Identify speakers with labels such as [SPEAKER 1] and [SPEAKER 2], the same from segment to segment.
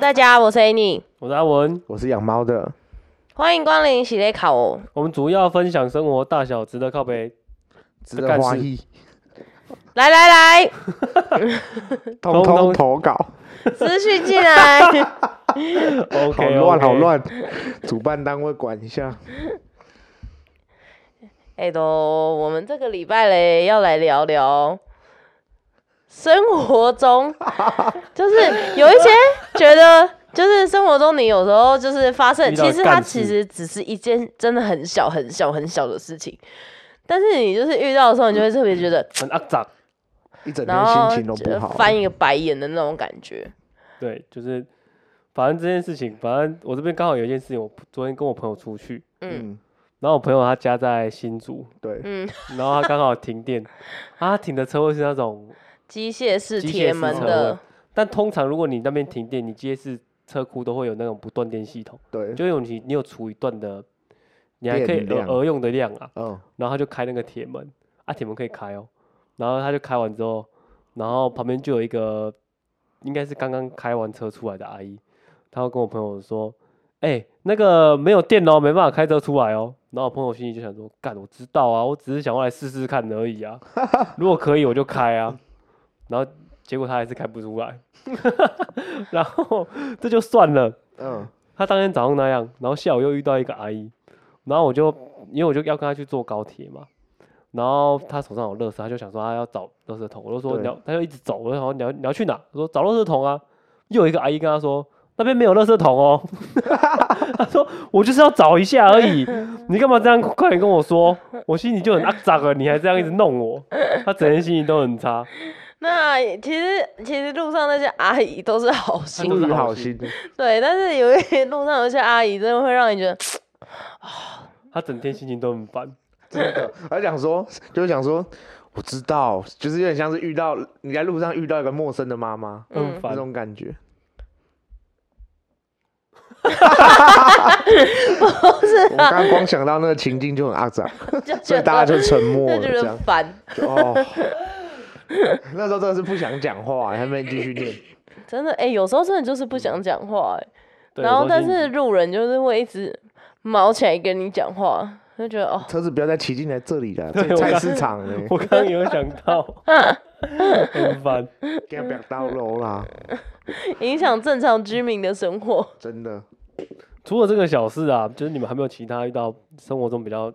[SPEAKER 1] 大家，我是 Annie，
[SPEAKER 2] 我是阿文，
[SPEAKER 3] 我是养猫的，
[SPEAKER 1] 欢迎光临喜雷烤哦。
[SPEAKER 2] 我们主要分享生活大小，值得靠 北。
[SPEAKER 3] 值得花艺，
[SPEAKER 1] 来来 来，
[SPEAKER 3] 通通投稿，
[SPEAKER 1] 资讯进 来。
[SPEAKER 2] OK，
[SPEAKER 3] 好乱好。乱，主办单位管一下。
[SPEAKER 1] 哎都，我们这个礼拜嘞要来聊聊生活 中，就是有一些觉得， 就是生活中你有时候就是发生，
[SPEAKER 2] 遇到
[SPEAKER 1] 其实它
[SPEAKER 2] 干
[SPEAKER 1] 其
[SPEAKER 2] 事
[SPEAKER 1] 实只是一件真的很小很小很小的事情，但是你就是遇到的时候，你就会特别觉得，
[SPEAKER 2] 很肮脏。
[SPEAKER 3] 一整
[SPEAKER 1] 然
[SPEAKER 3] 天
[SPEAKER 1] 后
[SPEAKER 3] 心情都
[SPEAKER 1] 就
[SPEAKER 3] 不好，
[SPEAKER 1] 翻一个白眼的那种感觉。
[SPEAKER 2] 对，就是反正这件事情，反正我这边刚好有一件事情，我昨天跟我朋友出去，
[SPEAKER 1] 嗯
[SPEAKER 3] 嗯，
[SPEAKER 2] 然后我朋友他家在新竹，
[SPEAKER 3] 对，
[SPEAKER 1] 嗯，
[SPEAKER 2] 然后他刚好停 电，啊，他停的车位是那种，
[SPEAKER 1] 机械式
[SPEAKER 2] 机械
[SPEAKER 1] 铁
[SPEAKER 2] 式
[SPEAKER 1] 门
[SPEAKER 2] 车
[SPEAKER 1] 的
[SPEAKER 2] 位，但通常如果你那边停电，你街市车库都会有那种不断电系统，
[SPEAKER 3] 对，
[SPEAKER 2] 就有你你有储一段的，你还可以
[SPEAKER 3] 电量
[SPEAKER 2] 额用的量啊，
[SPEAKER 3] 嗯，
[SPEAKER 2] 然后他就开那个铁门，啊，铁门可以开哦。然后他就开完之后，然后旁边就有一个应该是刚刚开完车出来的阿姨，她会跟我朋友说：“哎、那个没有电哦，没办法开车出来哦。”然后我朋友心里就想说：“干，我知道啊，我只是想要来试试看而已啊，如果可以我就开啊。”然后结果他还是开不出来， 然后这就算了。
[SPEAKER 3] 嗯，
[SPEAKER 2] 他当天早上那样，然后下午又遇到一个阿姨，然后我就因为我就要跟他去坐高铁嘛，然后他手上有垃圾，他就想说他要找垃圾桶，我就说
[SPEAKER 3] 对
[SPEAKER 2] 你要，他就一直走，我就说你要你要去哪？我说找垃圾桶啊，又有一个阿姨跟他说那边没有垃圾桶哦，他说我就是要找一下而已，你干嘛这样快点跟我说？我心里就很肮脏了，你还这样一直弄我，他整天心情都很差，
[SPEAKER 1] 那其实其实路上那些阿姨都是好心
[SPEAKER 2] 都
[SPEAKER 3] 出
[SPEAKER 2] 是
[SPEAKER 3] 于
[SPEAKER 2] 好
[SPEAKER 3] 好
[SPEAKER 2] 心
[SPEAKER 3] 心，
[SPEAKER 1] 对，但是有一些路上有一些阿姨真的会让你觉得，
[SPEAKER 2] 他整天心情都很烦。
[SPEAKER 3] 真的，他想说，就是想说，我知道，就是有点像是遇到你在路上遇到一个陌生的妈妈
[SPEAKER 2] 很
[SPEAKER 1] 嗯，
[SPEAKER 2] 烦
[SPEAKER 3] 那种感 觉，
[SPEAKER 1] 啊不是
[SPEAKER 3] 我
[SPEAKER 1] 啊，
[SPEAKER 3] 刚光想到那个情境就很肮脏，
[SPEAKER 1] 嗯就
[SPEAKER 3] 所
[SPEAKER 1] 觉
[SPEAKER 3] 以大家
[SPEAKER 1] 得
[SPEAKER 3] 就沉默
[SPEAKER 1] 就
[SPEAKER 3] 了，
[SPEAKER 1] 觉
[SPEAKER 3] 这
[SPEAKER 1] 得
[SPEAKER 3] 样
[SPEAKER 1] 烦，
[SPEAKER 3] 就 哦。那时候真的是不想讲话，还没继 续念。
[SPEAKER 1] 真的哎、有时候真的就是不想讲话、哎，
[SPEAKER 2] 对
[SPEAKER 1] 然后
[SPEAKER 2] 我说
[SPEAKER 1] 但
[SPEAKER 2] 心
[SPEAKER 1] 是路人就是会一直毛起来跟你讲话，就觉得 哦，
[SPEAKER 3] 车子不要再骑进来这里了，
[SPEAKER 2] 对
[SPEAKER 3] 这
[SPEAKER 2] 我
[SPEAKER 3] 菜
[SPEAKER 2] 刚
[SPEAKER 3] 市场 呢，
[SPEAKER 2] 我刚刚有想 到，很烦。
[SPEAKER 3] 给表到楼啦，
[SPEAKER 1] 影响正常居民的生活。
[SPEAKER 3] 真的。
[SPEAKER 2] 除了这个小事啊，就是你们还没有其他遇到生活中比较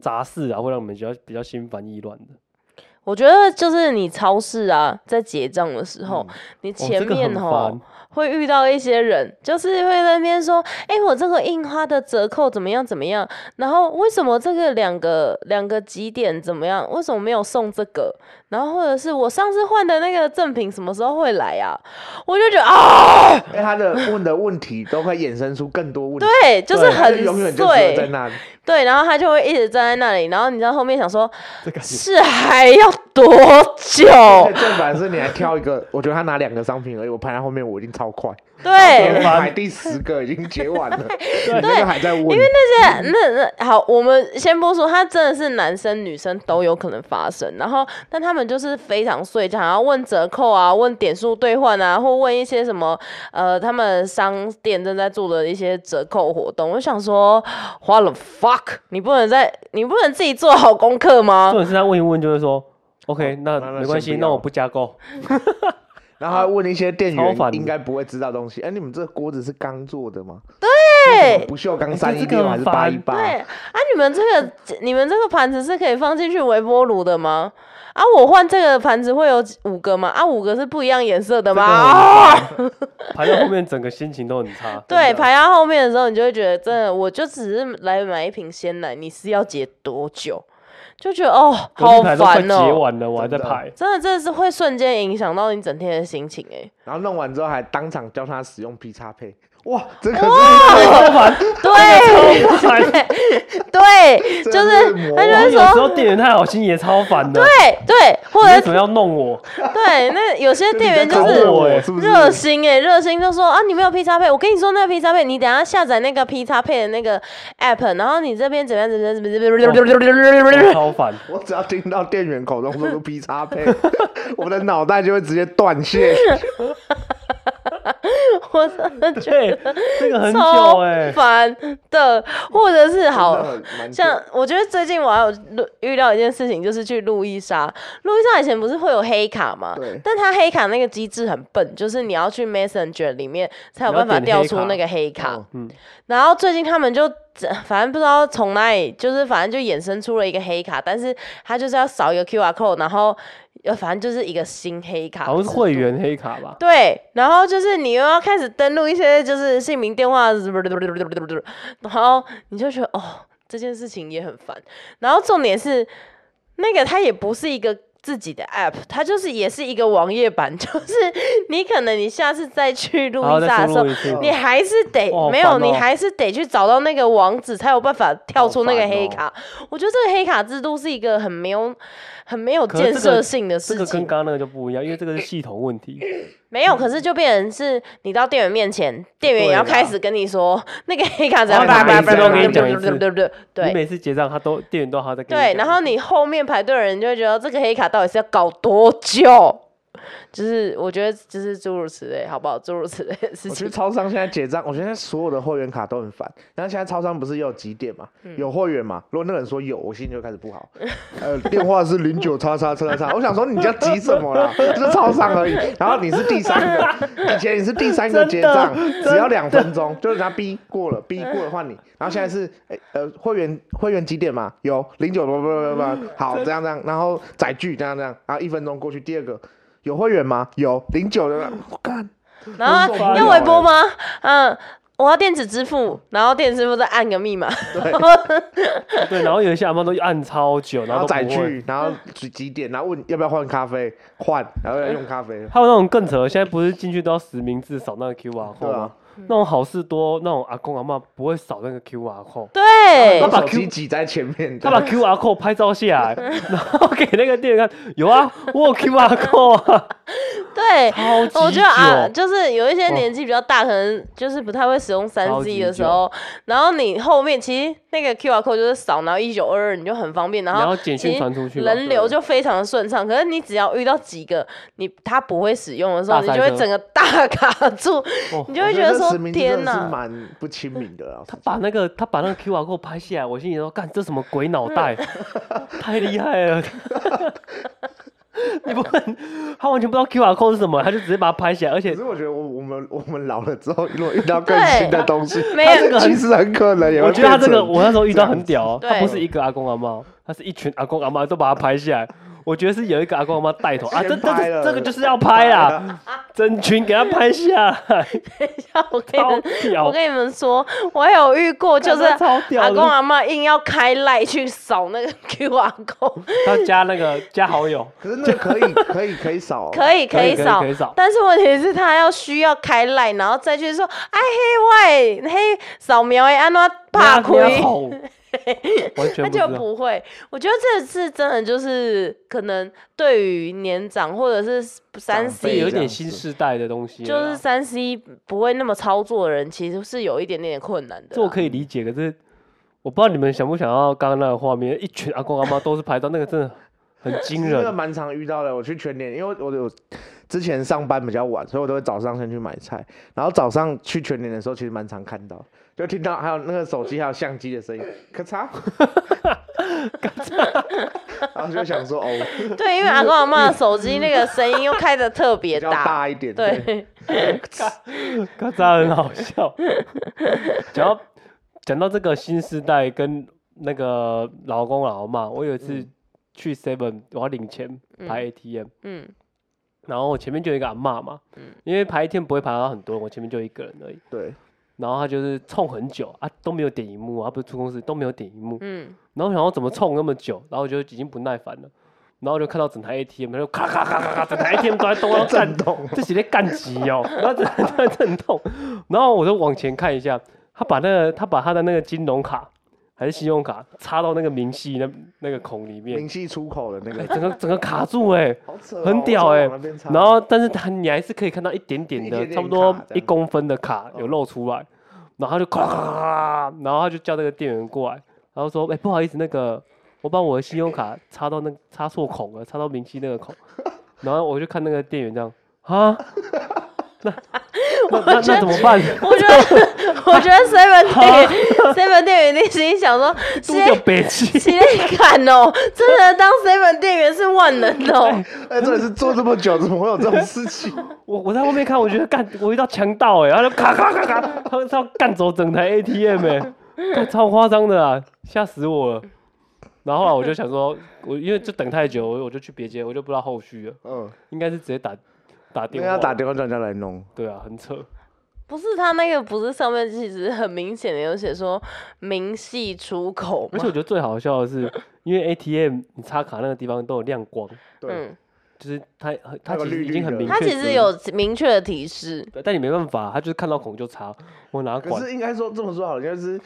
[SPEAKER 2] 杂事啊，会让你们比较比较心烦意乱的。
[SPEAKER 1] 我觉得就是你超市啊，在结账的时候，你 前面
[SPEAKER 2] 嗯哦
[SPEAKER 1] 吼、会遇到一些人，就是会在那边说，哎、我这个印花的折扣怎么样怎么样，然后为什么这个两个两个几点怎么样，为什么没有送这个，然后或者是我上次换的那个赠品什么时候会来啊？我就觉得啊，
[SPEAKER 3] 哎，他的问的问题都会衍生出更多问题，
[SPEAKER 1] 对，就是
[SPEAKER 2] 对
[SPEAKER 3] 他
[SPEAKER 1] 很
[SPEAKER 3] 就永远就只有在
[SPEAKER 1] 碎，
[SPEAKER 3] 那里。
[SPEAKER 1] 对，然后他就会一直站在那里，然后你知道后面想说，
[SPEAKER 2] 很烦这感觉
[SPEAKER 1] 是还要多久？
[SPEAKER 2] 哦
[SPEAKER 3] 而且正反是你还挑一个，我觉得他拿两个商品而已，我排在后面我一定超 快，
[SPEAKER 1] 对，
[SPEAKER 3] 我排第十个已经 结完了，你那个还在问，因为
[SPEAKER 1] 那那那好，我们先不说，他真的是男生女生都有可能发生。然后，但他们就是非常碎，想要问折扣啊，问点数兑换啊，或问一些什么呃，他们商店正在做的一些折扣活动。我想说，花了 fuck，你不能再，你不能自己做好功课吗
[SPEAKER 2] 重？点是他问一问就会说，OK，那
[SPEAKER 1] 哦
[SPEAKER 3] 哦那那
[SPEAKER 2] 没关系，
[SPEAKER 3] 先不
[SPEAKER 2] 那
[SPEAKER 3] 要
[SPEAKER 2] 我不加购。
[SPEAKER 3] 然后还问一些店
[SPEAKER 2] 超烦
[SPEAKER 3] 员
[SPEAKER 2] 的
[SPEAKER 3] 应该不会知道东西。哎，你们这个锅子是钢做的吗？
[SPEAKER 1] 对
[SPEAKER 3] 不锈钢
[SPEAKER 2] 哎
[SPEAKER 3] 三
[SPEAKER 2] 这
[SPEAKER 3] 一
[SPEAKER 2] 这个
[SPEAKER 3] 六
[SPEAKER 2] 很
[SPEAKER 3] 还是
[SPEAKER 2] 烦
[SPEAKER 3] 八一八？
[SPEAKER 1] 对啊，你们这个你们这个盘子是可以放进去微波炉的吗？啊，我换这个盘子会有五个吗？啊，五个是不一样颜色的吗？
[SPEAKER 2] 这个很
[SPEAKER 1] 啊！
[SPEAKER 2] 排到后面，整个心情都很差。
[SPEAKER 1] 对，排到后面的时候，你就会觉得真的，我就只是来买一瓶鲜奶，你是要解多久？就觉得哦，
[SPEAKER 2] 隔
[SPEAKER 1] 好
[SPEAKER 2] 天排都快
[SPEAKER 1] 烦
[SPEAKER 2] 结
[SPEAKER 1] 哦。
[SPEAKER 2] 完了，我还在排。
[SPEAKER 1] 真的，真的是会瞬间影响到你整天的心情哎、
[SPEAKER 3] 然后弄完之后还当场教他使用 P 叉配，哇，这可是
[SPEAKER 2] 超烦，
[SPEAKER 1] 对
[SPEAKER 2] 超烦。
[SPEAKER 1] 对，
[SPEAKER 3] 真
[SPEAKER 1] 就
[SPEAKER 3] 的是
[SPEAKER 1] 是
[SPEAKER 3] 魔
[SPEAKER 1] 他就
[SPEAKER 3] 王
[SPEAKER 1] 是
[SPEAKER 2] 有时
[SPEAKER 1] 说，
[SPEAKER 2] 候店员太好心也超烦 的，
[SPEAKER 1] 对对，或
[SPEAKER 2] 你为
[SPEAKER 1] 者
[SPEAKER 2] 什么要 弄我？
[SPEAKER 1] 对，那有些店员就
[SPEAKER 3] 你在
[SPEAKER 1] 是
[SPEAKER 3] 搞我欸
[SPEAKER 2] 哎
[SPEAKER 3] 是不是？
[SPEAKER 1] 热心哎、热心就说啊，你没有 P 叉配，我跟你说那个 P 叉配，你等一下下载那个 P 叉配的那个 app，然后你这边怎么样怎么样怎么样怎么样怎么样，
[SPEAKER 2] 超烦。
[SPEAKER 3] 我只要听到店员 口中说出 P 叉配，我的脑袋就会直接断线。
[SPEAKER 1] 我真的觉
[SPEAKER 2] 对，这个
[SPEAKER 1] 得
[SPEAKER 2] 很久
[SPEAKER 1] 超
[SPEAKER 2] 哎、
[SPEAKER 1] 烦的，或者是好
[SPEAKER 3] 真的很蛮
[SPEAKER 1] 像我觉得最近我还有录遇到一件事情，就是去路易莎。路易莎以前不是会有黑卡吗
[SPEAKER 3] 对？
[SPEAKER 1] 但它黑卡那个机制很笨，就是你要去 Messenger 里面才有
[SPEAKER 2] 你要
[SPEAKER 1] 办法
[SPEAKER 2] 点
[SPEAKER 1] 调
[SPEAKER 2] 黑
[SPEAKER 1] 出
[SPEAKER 2] 卡
[SPEAKER 1] 那个黑卡。
[SPEAKER 3] 哦
[SPEAKER 2] 嗯
[SPEAKER 1] 然后最近他们就反正不知道从哪里，就是反正就衍生出了一个黑卡，但是它就是要扫一个 QR code，然后呃反正就是一个新黑卡，
[SPEAKER 2] 好像是会。员黑卡吧？
[SPEAKER 1] 对，然后就是你又要开始登录一些就是姓名、电话，然后你就觉得哦，这件事情也很烦。然后重点是，那个它也不是一个自己的 app，它就是也是一个网页版， 就是你可能你下次再去路
[SPEAKER 2] 然后
[SPEAKER 1] 易莎
[SPEAKER 2] 再
[SPEAKER 1] 的时
[SPEAKER 2] 输
[SPEAKER 1] 候
[SPEAKER 2] 入一，次，
[SPEAKER 1] 你还是得、
[SPEAKER 2] 哦
[SPEAKER 1] 没有，
[SPEAKER 2] 烦哦
[SPEAKER 1] 你还是得去找到那个网址，才有办法跳出那个
[SPEAKER 2] 哦
[SPEAKER 1] 黑卡。我觉得这个黑卡制度是一个很没有、很没有
[SPEAKER 2] 可是
[SPEAKER 1] 建
[SPEAKER 2] 这个
[SPEAKER 1] 设性的
[SPEAKER 2] 这
[SPEAKER 1] 事
[SPEAKER 2] 个
[SPEAKER 1] 情。
[SPEAKER 2] 跟刚刚那个就不一样，因为这个是系统问题。
[SPEAKER 1] 没有，可是就变成是你到店员面前，店员也要
[SPEAKER 3] 对啦
[SPEAKER 1] 开始跟你说那个黑卡怎样，
[SPEAKER 2] 哦他每次都跟你讲一次
[SPEAKER 1] 对对对
[SPEAKER 2] 你
[SPEAKER 1] 对。
[SPEAKER 2] 每次结账，他都店员都还在跟你
[SPEAKER 1] 对，
[SPEAKER 2] 讲
[SPEAKER 1] 然后你后面排队的人就会觉得这个黑卡到底是要搞多久？就是我觉得就是诸如此类，好不好？诸如此类的事
[SPEAKER 3] 我去
[SPEAKER 1] 情。
[SPEAKER 3] 超商现在结账，我觉得现在所有的会员卡都很烦。然后现在超商不是也有几点嘛？
[SPEAKER 1] 嗯
[SPEAKER 3] 有会员嘛？如果那个人说有，我心情就开始不好。 呃，电话是零九叉叉叉叉叉，我想说你家急什 么啦？就是超商而已。然后你是第三个，以前你是第三个结账，只要两分钟，就是人家逼过了，逼过了换你。然后现在是哎呃会员会员几点嘛？有零九不不不不，
[SPEAKER 1] 嗯
[SPEAKER 3] 好这样这样，然后载具这样这样，然后一分钟过去，第二个。有会员吗？有零九的，
[SPEAKER 1] Oh
[SPEAKER 3] 我干，
[SPEAKER 1] 然后
[SPEAKER 3] 我
[SPEAKER 1] 啊
[SPEAKER 3] 受
[SPEAKER 1] 要
[SPEAKER 3] 不
[SPEAKER 1] 微
[SPEAKER 3] 了
[SPEAKER 1] 波
[SPEAKER 3] 欸
[SPEAKER 1] 吗？嗯，我要电子支付，然后电子支付再按个密码。
[SPEAKER 2] 对，然后有一些阿妈都按超久，
[SPEAKER 3] 然
[SPEAKER 2] 然
[SPEAKER 3] 后
[SPEAKER 2] 后
[SPEAKER 3] 载
[SPEAKER 2] 都不会。
[SPEAKER 3] 具，然后几几点，然后问要不要换咖啡，换，然后要用 咖啡。
[SPEAKER 2] 还有那种更扯的，现在不是进去都要实名制扫那个 QR
[SPEAKER 3] 对
[SPEAKER 2] code 吗
[SPEAKER 3] 啊？，
[SPEAKER 1] 嗯
[SPEAKER 2] 那种好事多那种阿公阿妈不会扫那个 QR code，
[SPEAKER 1] 对
[SPEAKER 3] 他，
[SPEAKER 2] 把
[SPEAKER 3] 啊把手
[SPEAKER 2] Q-
[SPEAKER 3] 机挤在前面，
[SPEAKER 2] 他把 QR code 拍照下 来，然后给那个店员看，有啊，我有 QR code 啊，
[SPEAKER 1] 对，
[SPEAKER 2] 超级久。
[SPEAKER 1] 我觉得啊，就是有一些
[SPEAKER 2] 哇
[SPEAKER 1] 年纪比较大，可能就是不太会使用三
[SPEAKER 2] 超
[SPEAKER 1] C
[SPEAKER 2] 级
[SPEAKER 1] 的时候，然后你后面其实那个 QR code 就是扫，然后一九二二你就很方便，然
[SPEAKER 2] 然
[SPEAKER 1] 后
[SPEAKER 2] 后简
[SPEAKER 1] 其
[SPEAKER 2] 讯
[SPEAKER 1] 实
[SPEAKER 2] 传出去嘛，
[SPEAKER 1] 人流就非常的顺畅。可是你只要遇到几个你他不会使用的时候，
[SPEAKER 2] 大
[SPEAKER 1] 你
[SPEAKER 2] 塞
[SPEAKER 1] 就会
[SPEAKER 2] 车
[SPEAKER 1] 整个大卡住，
[SPEAKER 2] 哦
[SPEAKER 1] 你
[SPEAKER 3] 我
[SPEAKER 1] 就会觉
[SPEAKER 3] 得
[SPEAKER 1] 说
[SPEAKER 3] 实名制
[SPEAKER 1] 天
[SPEAKER 3] 真的
[SPEAKER 1] 哪
[SPEAKER 3] 是！蛮不亲民的啊。
[SPEAKER 2] 他把那个 他把那个 QR code 拍下来，我心里说，干这什么鬼脑袋，太厉害了！ 你不问，他完全不知道 QR code 是什么，他就直接把它拍下来，而且
[SPEAKER 3] 可是我觉得我我们我们老了之后，如果遇到更
[SPEAKER 1] 对
[SPEAKER 3] 新的东西，
[SPEAKER 1] 没
[SPEAKER 3] 他
[SPEAKER 1] 有
[SPEAKER 3] 这个其实很可能也会
[SPEAKER 2] 我觉得他这
[SPEAKER 3] 变
[SPEAKER 2] 个，
[SPEAKER 3] 成
[SPEAKER 2] 我那时候遇到很屌哦，
[SPEAKER 1] 这样
[SPEAKER 2] 他
[SPEAKER 1] 子
[SPEAKER 2] 不是一个阿公阿妈，他是一群阿公阿妈都把他拍下来。我觉得是有一个阿公阿妈带头啊，这
[SPEAKER 3] 先
[SPEAKER 2] 这
[SPEAKER 3] 拍
[SPEAKER 2] 这
[SPEAKER 3] 了
[SPEAKER 2] 这个就是要拍啦，整群给他拍 下来，
[SPEAKER 1] 我跟你
[SPEAKER 2] 超
[SPEAKER 1] 们，我
[SPEAKER 2] 屌，
[SPEAKER 1] 跟你们说，我还有遇过，就是
[SPEAKER 2] 看他 超屌
[SPEAKER 1] 阿
[SPEAKER 2] 的
[SPEAKER 1] 公阿妈硬要开赖去扫那个 QR code，
[SPEAKER 2] 他加那个加好友，
[SPEAKER 3] 可是那个可以可以可以少，啊
[SPEAKER 1] 可以
[SPEAKER 2] 可以可以
[SPEAKER 1] 扫
[SPEAKER 2] 可以扫，
[SPEAKER 1] 但是问题是他要需要开赖，然后再去说，哎嘿喂，嘿扫描诶，安怎怕
[SPEAKER 2] 你要
[SPEAKER 1] 亏
[SPEAKER 2] 你要，吼 完全
[SPEAKER 1] 他
[SPEAKER 2] 啊不知
[SPEAKER 1] 就
[SPEAKER 2] 道。
[SPEAKER 1] 不会。我觉得这次真的就是可能对于年长或者是三
[SPEAKER 3] 辈
[SPEAKER 2] 这
[SPEAKER 1] C
[SPEAKER 2] 有一
[SPEAKER 3] 这样
[SPEAKER 2] 点新世代的东西了
[SPEAKER 1] 就是
[SPEAKER 2] 啦，
[SPEAKER 1] 啊三 C 不会那么操作的人，其实是有一点点困难的啦。
[SPEAKER 2] 这我可以理解，可是我不知道你们想不想要刚刚那个画面，一群阿公阿妈都是拍到那个，真的很
[SPEAKER 3] 其
[SPEAKER 2] 惊
[SPEAKER 3] 实这个
[SPEAKER 2] 人。
[SPEAKER 3] 蛮常遇到的。我去全年，因为我有之前上班比较晚，所以我都会早上先去买菜，然后早上去全年的时候，其实蛮常看到，就听到还有那个手机还有相机的声音，咔嚓，咔嚓，然后就想说哦，
[SPEAKER 1] 对，因为阿公阿妈手机那个声音又开的 特别
[SPEAKER 3] 比较
[SPEAKER 1] 大，
[SPEAKER 3] 大一点，对，
[SPEAKER 1] 对，
[SPEAKER 2] 咔嚓，很好笑。讲到讲到这个新时代跟那个老公老妈，我有一
[SPEAKER 3] 嗯
[SPEAKER 2] 次去 Seven，我要领钱排 ATM，、
[SPEAKER 1] 嗯，
[SPEAKER 2] 然后我前面就有一个阿嬷嘛，因为排 ATM 不会排到很多人，我前面就一个人而已。
[SPEAKER 3] 对，
[SPEAKER 2] 然后他就是冲很久啊，都没有点荧幕啊，不是出公司都没有点荧幕，
[SPEAKER 1] 嗯，
[SPEAKER 2] 然后想要怎么冲那么久，然后我就已经不耐烦了，然后我就看到整台 ATM 它就咔咔咔咔咔，整台 ATM 都在动，然后
[SPEAKER 3] 震
[SPEAKER 2] 震，
[SPEAKER 3] 动，
[SPEAKER 2] 这几天干急 哦，然后整台都在震动，然后我就往前看一下，他把那个他把他的那个金融卡还是信用卡插到那个明细那那个孔里面
[SPEAKER 3] 明，细出口的那
[SPEAKER 2] 哎，
[SPEAKER 3] 个，
[SPEAKER 2] 整个整个卡住哎、
[SPEAKER 3] 好扯哦
[SPEAKER 2] 很屌哎、然。
[SPEAKER 3] 我怎么往那边插
[SPEAKER 2] 后，但是他你还是可以看到一点点
[SPEAKER 3] 一
[SPEAKER 2] 的，
[SPEAKER 3] 点点
[SPEAKER 2] 差不多
[SPEAKER 3] 卡这
[SPEAKER 2] 一
[SPEAKER 3] 样哦
[SPEAKER 2] 公分的卡有露出来，然后他就咔咔咔咔，然后他就叫那个店员过来，然后说：“哎、不好意思，那个我把我的信用卡插到那插错孔 了，插到明细那个孔。”然后我就看那个店员这样啊，那那
[SPEAKER 1] 觉得
[SPEAKER 2] 那怎么办？
[SPEAKER 1] 我觉得，我觉得 Seven Day Seven Day 内心想说，
[SPEAKER 2] 嘟
[SPEAKER 1] 谁
[SPEAKER 2] 着北气，
[SPEAKER 1] 谁敢哦？真的 当 Seven 店员是万能的、哦，
[SPEAKER 3] 哎，这里是做这么久，怎么会有这种事 情？
[SPEAKER 2] 我我在外面看，我觉得干，我遇到强盗哎、欸，他就咔咔咔咔，他他要干走整台 ATM 哎、干超夸张的啊，吓死我了。然后后来我就想说，我因为就等太久，我我就去别接，我就不知道后续了，
[SPEAKER 3] 嗯，
[SPEAKER 2] 应该是直接打打
[SPEAKER 3] 应
[SPEAKER 2] 电
[SPEAKER 3] 该
[SPEAKER 2] 话，
[SPEAKER 3] 要打电话叫人家来弄。
[SPEAKER 2] 对啊，很扯。
[SPEAKER 1] 不是他那个不是上面其实很明显的有写说明细出口
[SPEAKER 2] 而
[SPEAKER 1] 吗
[SPEAKER 2] 且我？觉得最好笑的是，因为 ATM 你插卡那个地方都有亮光，
[SPEAKER 3] 对，，
[SPEAKER 2] 就是它
[SPEAKER 3] 它
[SPEAKER 2] 它
[SPEAKER 3] 有
[SPEAKER 2] 其实
[SPEAKER 3] 绿
[SPEAKER 2] 已经
[SPEAKER 3] 绿
[SPEAKER 2] 很
[SPEAKER 3] 的
[SPEAKER 2] 明
[SPEAKER 1] 嗯
[SPEAKER 2] 确，
[SPEAKER 1] 他其实有，明确的提示，
[SPEAKER 2] 但你没办法，他就是看到孔就插，我哪
[SPEAKER 3] 可
[SPEAKER 2] 管？
[SPEAKER 3] 是应该说这么说好了，就是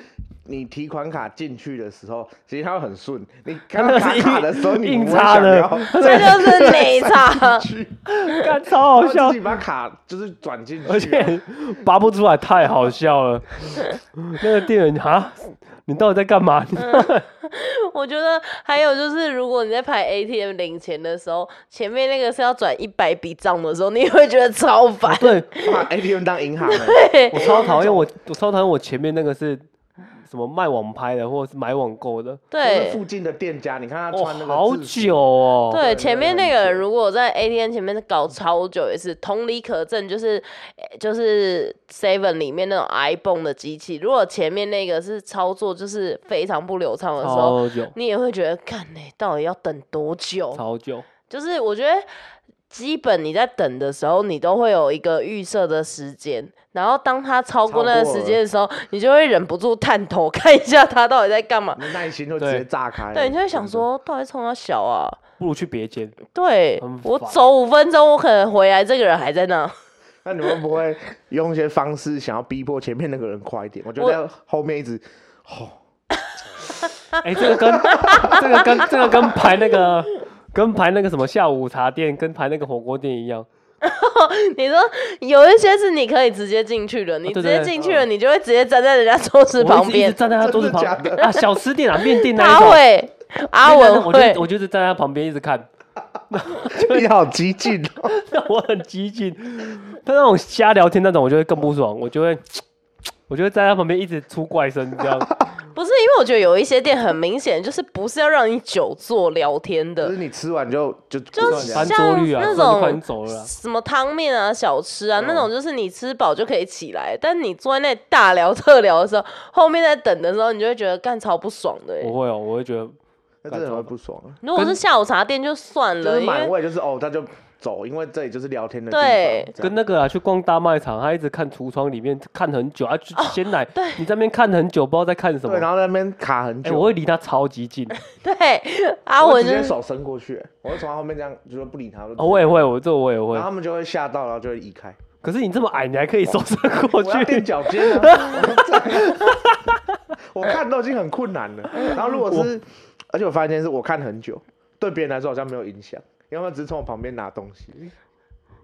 [SPEAKER 3] 你提款卡进去的时候，其实它会很顺。你看到
[SPEAKER 2] 那
[SPEAKER 3] 卡
[SPEAKER 2] 是硬
[SPEAKER 3] 卡的时候，你
[SPEAKER 2] 硬
[SPEAKER 3] 不会
[SPEAKER 2] 插
[SPEAKER 3] 想
[SPEAKER 2] 的
[SPEAKER 3] 要
[SPEAKER 1] 这就是内差。
[SPEAKER 3] 去，
[SPEAKER 2] 干 超好
[SPEAKER 3] 它
[SPEAKER 2] 笑
[SPEAKER 3] 自己，把卡就是转进去啊，
[SPEAKER 2] 而且拔不出来，太好 笑了。那个店员哈，你到底在干嘛？
[SPEAKER 1] 嗯我觉得还有就是，如果你在排 ATM 领钱的时候，前面那个是要转一百笔账的时候，你会觉得超烦。
[SPEAKER 2] 对
[SPEAKER 3] 把 ATM 当银行 了。
[SPEAKER 2] 我超讨厌我，我超讨厌我前面那个是什么卖网拍的，或者是买网购的，
[SPEAKER 3] 就是
[SPEAKER 1] 对
[SPEAKER 3] 附近的店家，你看他
[SPEAKER 2] 哦，
[SPEAKER 3] 穿那个
[SPEAKER 2] 好
[SPEAKER 3] 制服
[SPEAKER 2] 久哦。
[SPEAKER 1] 对，
[SPEAKER 3] 对
[SPEAKER 1] 前面
[SPEAKER 3] 那
[SPEAKER 1] 那
[SPEAKER 3] 个
[SPEAKER 1] 个
[SPEAKER 3] 很
[SPEAKER 1] 人如果在 ATM 前面搞超久也是，同理可证，就是呃就是 Seven 里面那种 iPhone 的机器，如果前面那个是操作就是非常不流畅的时候，
[SPEAKER 2] 超久，
[SPEAKER 1] 你也会觉得，看你、到底要等多久？
[SPEAKER 2] 超久。
[SPEAKER 1] 就是我觉得，基本你在等的时候，你都会有一个预设的时间，然后当它超过那个时间的时候，你就会忍不住探头 看一下它到底在干嘛。
[SPEAKER 3] 你耐心就直
[SPEAKER 2] 对
[SPEAKER 3] 接炸开。
[SPEAKER 1] 对，你就会想，说，到底冲他小啊？
[SPEAKER 2] 不如去别间，
[SPEAKER 1] 对
[SPEAKER 2] 很
[SPEAKER 1] 我
[SPEAKER 2] 烦
[SPEAKER 1] 走五分钟，我可能回来，这个人还在那。
[SPEAKER 3] 那你们不会用一些方式想要逼迫前面那个人快一点？我觉
[SPEAKER 1] 我
[SPEAKER 3] 得在后面一 直，哦，
[SPEAKER 2] 哎、这个跟 这个跟这个跟排那个跟排那个什么下午茶店，跟排那个火锅店一样，
[SPEAKER 1] 你说有一些是你可以直接进去的，你
[SPEAKER 2] 啊对
[SPEAKER 1] 直
[SPEAKER 2] 对嗯
[SPEAKER 1] 接进去了，你就会直接站在人家桌
[SPEAKER 2] 我
[SPEAKER 1] 子
[SPEAKER 2] 一直
[SPEAKER 1] 旁
[SPEAKER 2] 一
[SPEAKER 1] 边
[SPEAKER 2] 直。站在他桌子旁
[SPEAKER 3] 真的假的
[SPEAKER 2] 啊，小吃店啊，面店那一
[SPEAKER 1] 他
[SPEAKER 2] 种。
[SPEAKER 1] 会，阿
[SPEAKER 2] 面店那
[SPEAKER 1] 文
[SPEAKER 2] 种我就
[SPEAKER 1] 会
[SPEAKER 2] 是，我就是站在他旁边一直看，
[SPEAKER 3] 你好激进 哦！
[SPEAKER 2] 那 我很激进。他那种瞎聊天那种，我就会更不爽，我就会，我就会站在他旁边一直出怪声，这样。
[SPEAKER 1] 不是因为我觉得有一些店很明显就是不是要让你久坐聊天
[SPEAKER 3] 就
[SPEAKER 1] 的
[SPEAKER 3] 是，你吃完就就
[SPEAKER 1] 就
[SPEAKER 3] 关
[SPEAKER 1] 是
[SPEAKER 3] 起
[SPEAKER 2] 翻
[SPEAKER 3] 来
[SPEAKER 1] 像
[SPEAKER 2] 桌率啊，
[SPEAKER 1] 那
[SPEAKER 2] 不然就
[SPEAKER 1] 种
[SPEAKER 2] 快点走了啦。
[SPEAKER 1] 什么汤面啊、小吃啊、那种，就是你吃饱就可以起来，但你坐在那里大聊特聊的时候，后面在等的时候，你就会觉得干超不爽的、欸
[SPEAKER 2] 我。会哦，我会觉得
[SPEAKER 3] 那真的会不爽啊。
[SPEAKER 1] 如果是下午茶店就算
[SPEAKER 3] 就
[SPEAKER 1] 了，
[SPEAKER 3] 是
[SPEAKER 1] 因
[SPEAKER 3] 买
[SPEAKER 1] 为
[SPEAKER 3] 位，就是哦，他就走，因为这里就是聊天的地方。
[SPEAKER 1] 对
[SPEAKER 3] 这样
[SPEAKER 2] 跟那个啊，去逛大卖场，他一直看橱窗里面看很久，啊，
[SPEAKER 1] 哦
[SPEAKER 2] 去鲜奶，你在那边看很久，不知道在看什么
[SPEAKER 3] 对，。然后在那边卡很
[SPEAKER 2] 哎、
[SPEAKER 3] 久。
[SPEAKER 2] 我会离他超级近。
[SPEAKER 1] 对阿
[SPEAKER 3] 我会
[SPEAKER 1] 文
[SPEAKER 3] 直
[SPEAKER 1] 啊就
[SPEAKER 3] 接
[SPEAKER 1] 是
[SPEAKER 3] 手伸过去，我会从他后面这样，就说不理他。就
[SPEAKER 2] 哦，我也会，我这我也会
[SPEAKER 3] 然后。他们就会吓到，然后就会移开。
[SPEAKER 2] 可是你这么矮，你还可以手伸过
[SPEAKER 3] 我要垫
[SPEAKER 2] 去。
[SPEAKER 3] 脚 尖啊！我看都已经很困难 了。然后如果是，而且我发现是我看很久，对别人来说好像没有影响，因为他们只是从我旁边拿东西。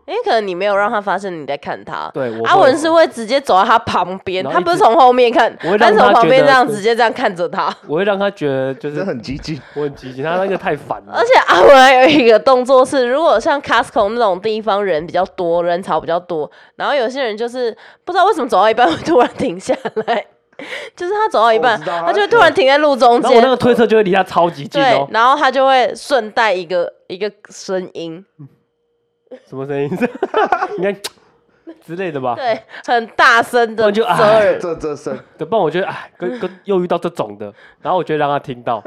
[SPEAKER 1] 因为可能你没有让他发现你在看他。
[SPEAKER 2] 对，我
[SPEAKER 1] 阿
[SPEAKER 2] 会
[SPEAKER 1] 文是会直接走到他旁边，
[SPEAKER 2] 然后
[SPEAKER 1] 他
[SPEAKER 2] 一
[SPEAKER 1] 不是
[SPEAKER 2] 直
[SPEAKER 1] 从后面看，
[SPEAKER 2] 我会
[SPEAKER 1] 他
[SPEAKER 2] 让
[SPEAKER 1] 是从
[SPEAKER 2] 他
[SPEAKER 1] 旁
[SPEAKER 2] 觉
[SPEAKER 1] 边
[SPEAKER 2] 得
[SPEAKER 1] 这样
[SPEAKER 2] 是
[SPEAKER 1] 直接这样看着他。
[SPEAKER 2] 我会让他觉得就
[SPEAKER 3] 真的
[SPEAKER 2] 是
[SPEAKER 3] 很激进，
[SPEAKER 2] 我很激进，他那个太烦了
[SPEAKER 1] 而。且阿文还有一个动作是，如果像 Costco 那种地方人比较多，人潮比较多，然后有些人就是不知道为什么走到一半会突然停下来， 就是他走到一
[SPEAKER 2] 哦
[SPEAKER 1] 半，
[SPEAKER 3] 我知道
[SPEAKER 1] 他就会突然停在路中
[SPEAKER 2] 然后我那
[SPEAKER 1] 间，
[SPEAKER 2] 个推车就会离他超级近
[SPEAKER 1] 对
[SPEAKER 2] 哦，，
[SPEAKER 1] 然后他就会顺带一个一个声音，
[SPEAKER 2] 什么声音？ 你看之类的吧。
[SPEAKER 1] 对，很大声
[SPEAKER 2] 不
[SPEAKER 1] 的
[SPEAKER 2] 然啊就
[SPEAKER 1] 遮
[SPEAKER 2] 啊
[SPEAKER 1] 耳。
[SPEAKER 3] 这这声，
[SPEAKER 2] 对，不然我觉得哎，跟跟又遇到这种的，然后我就会让他听 到，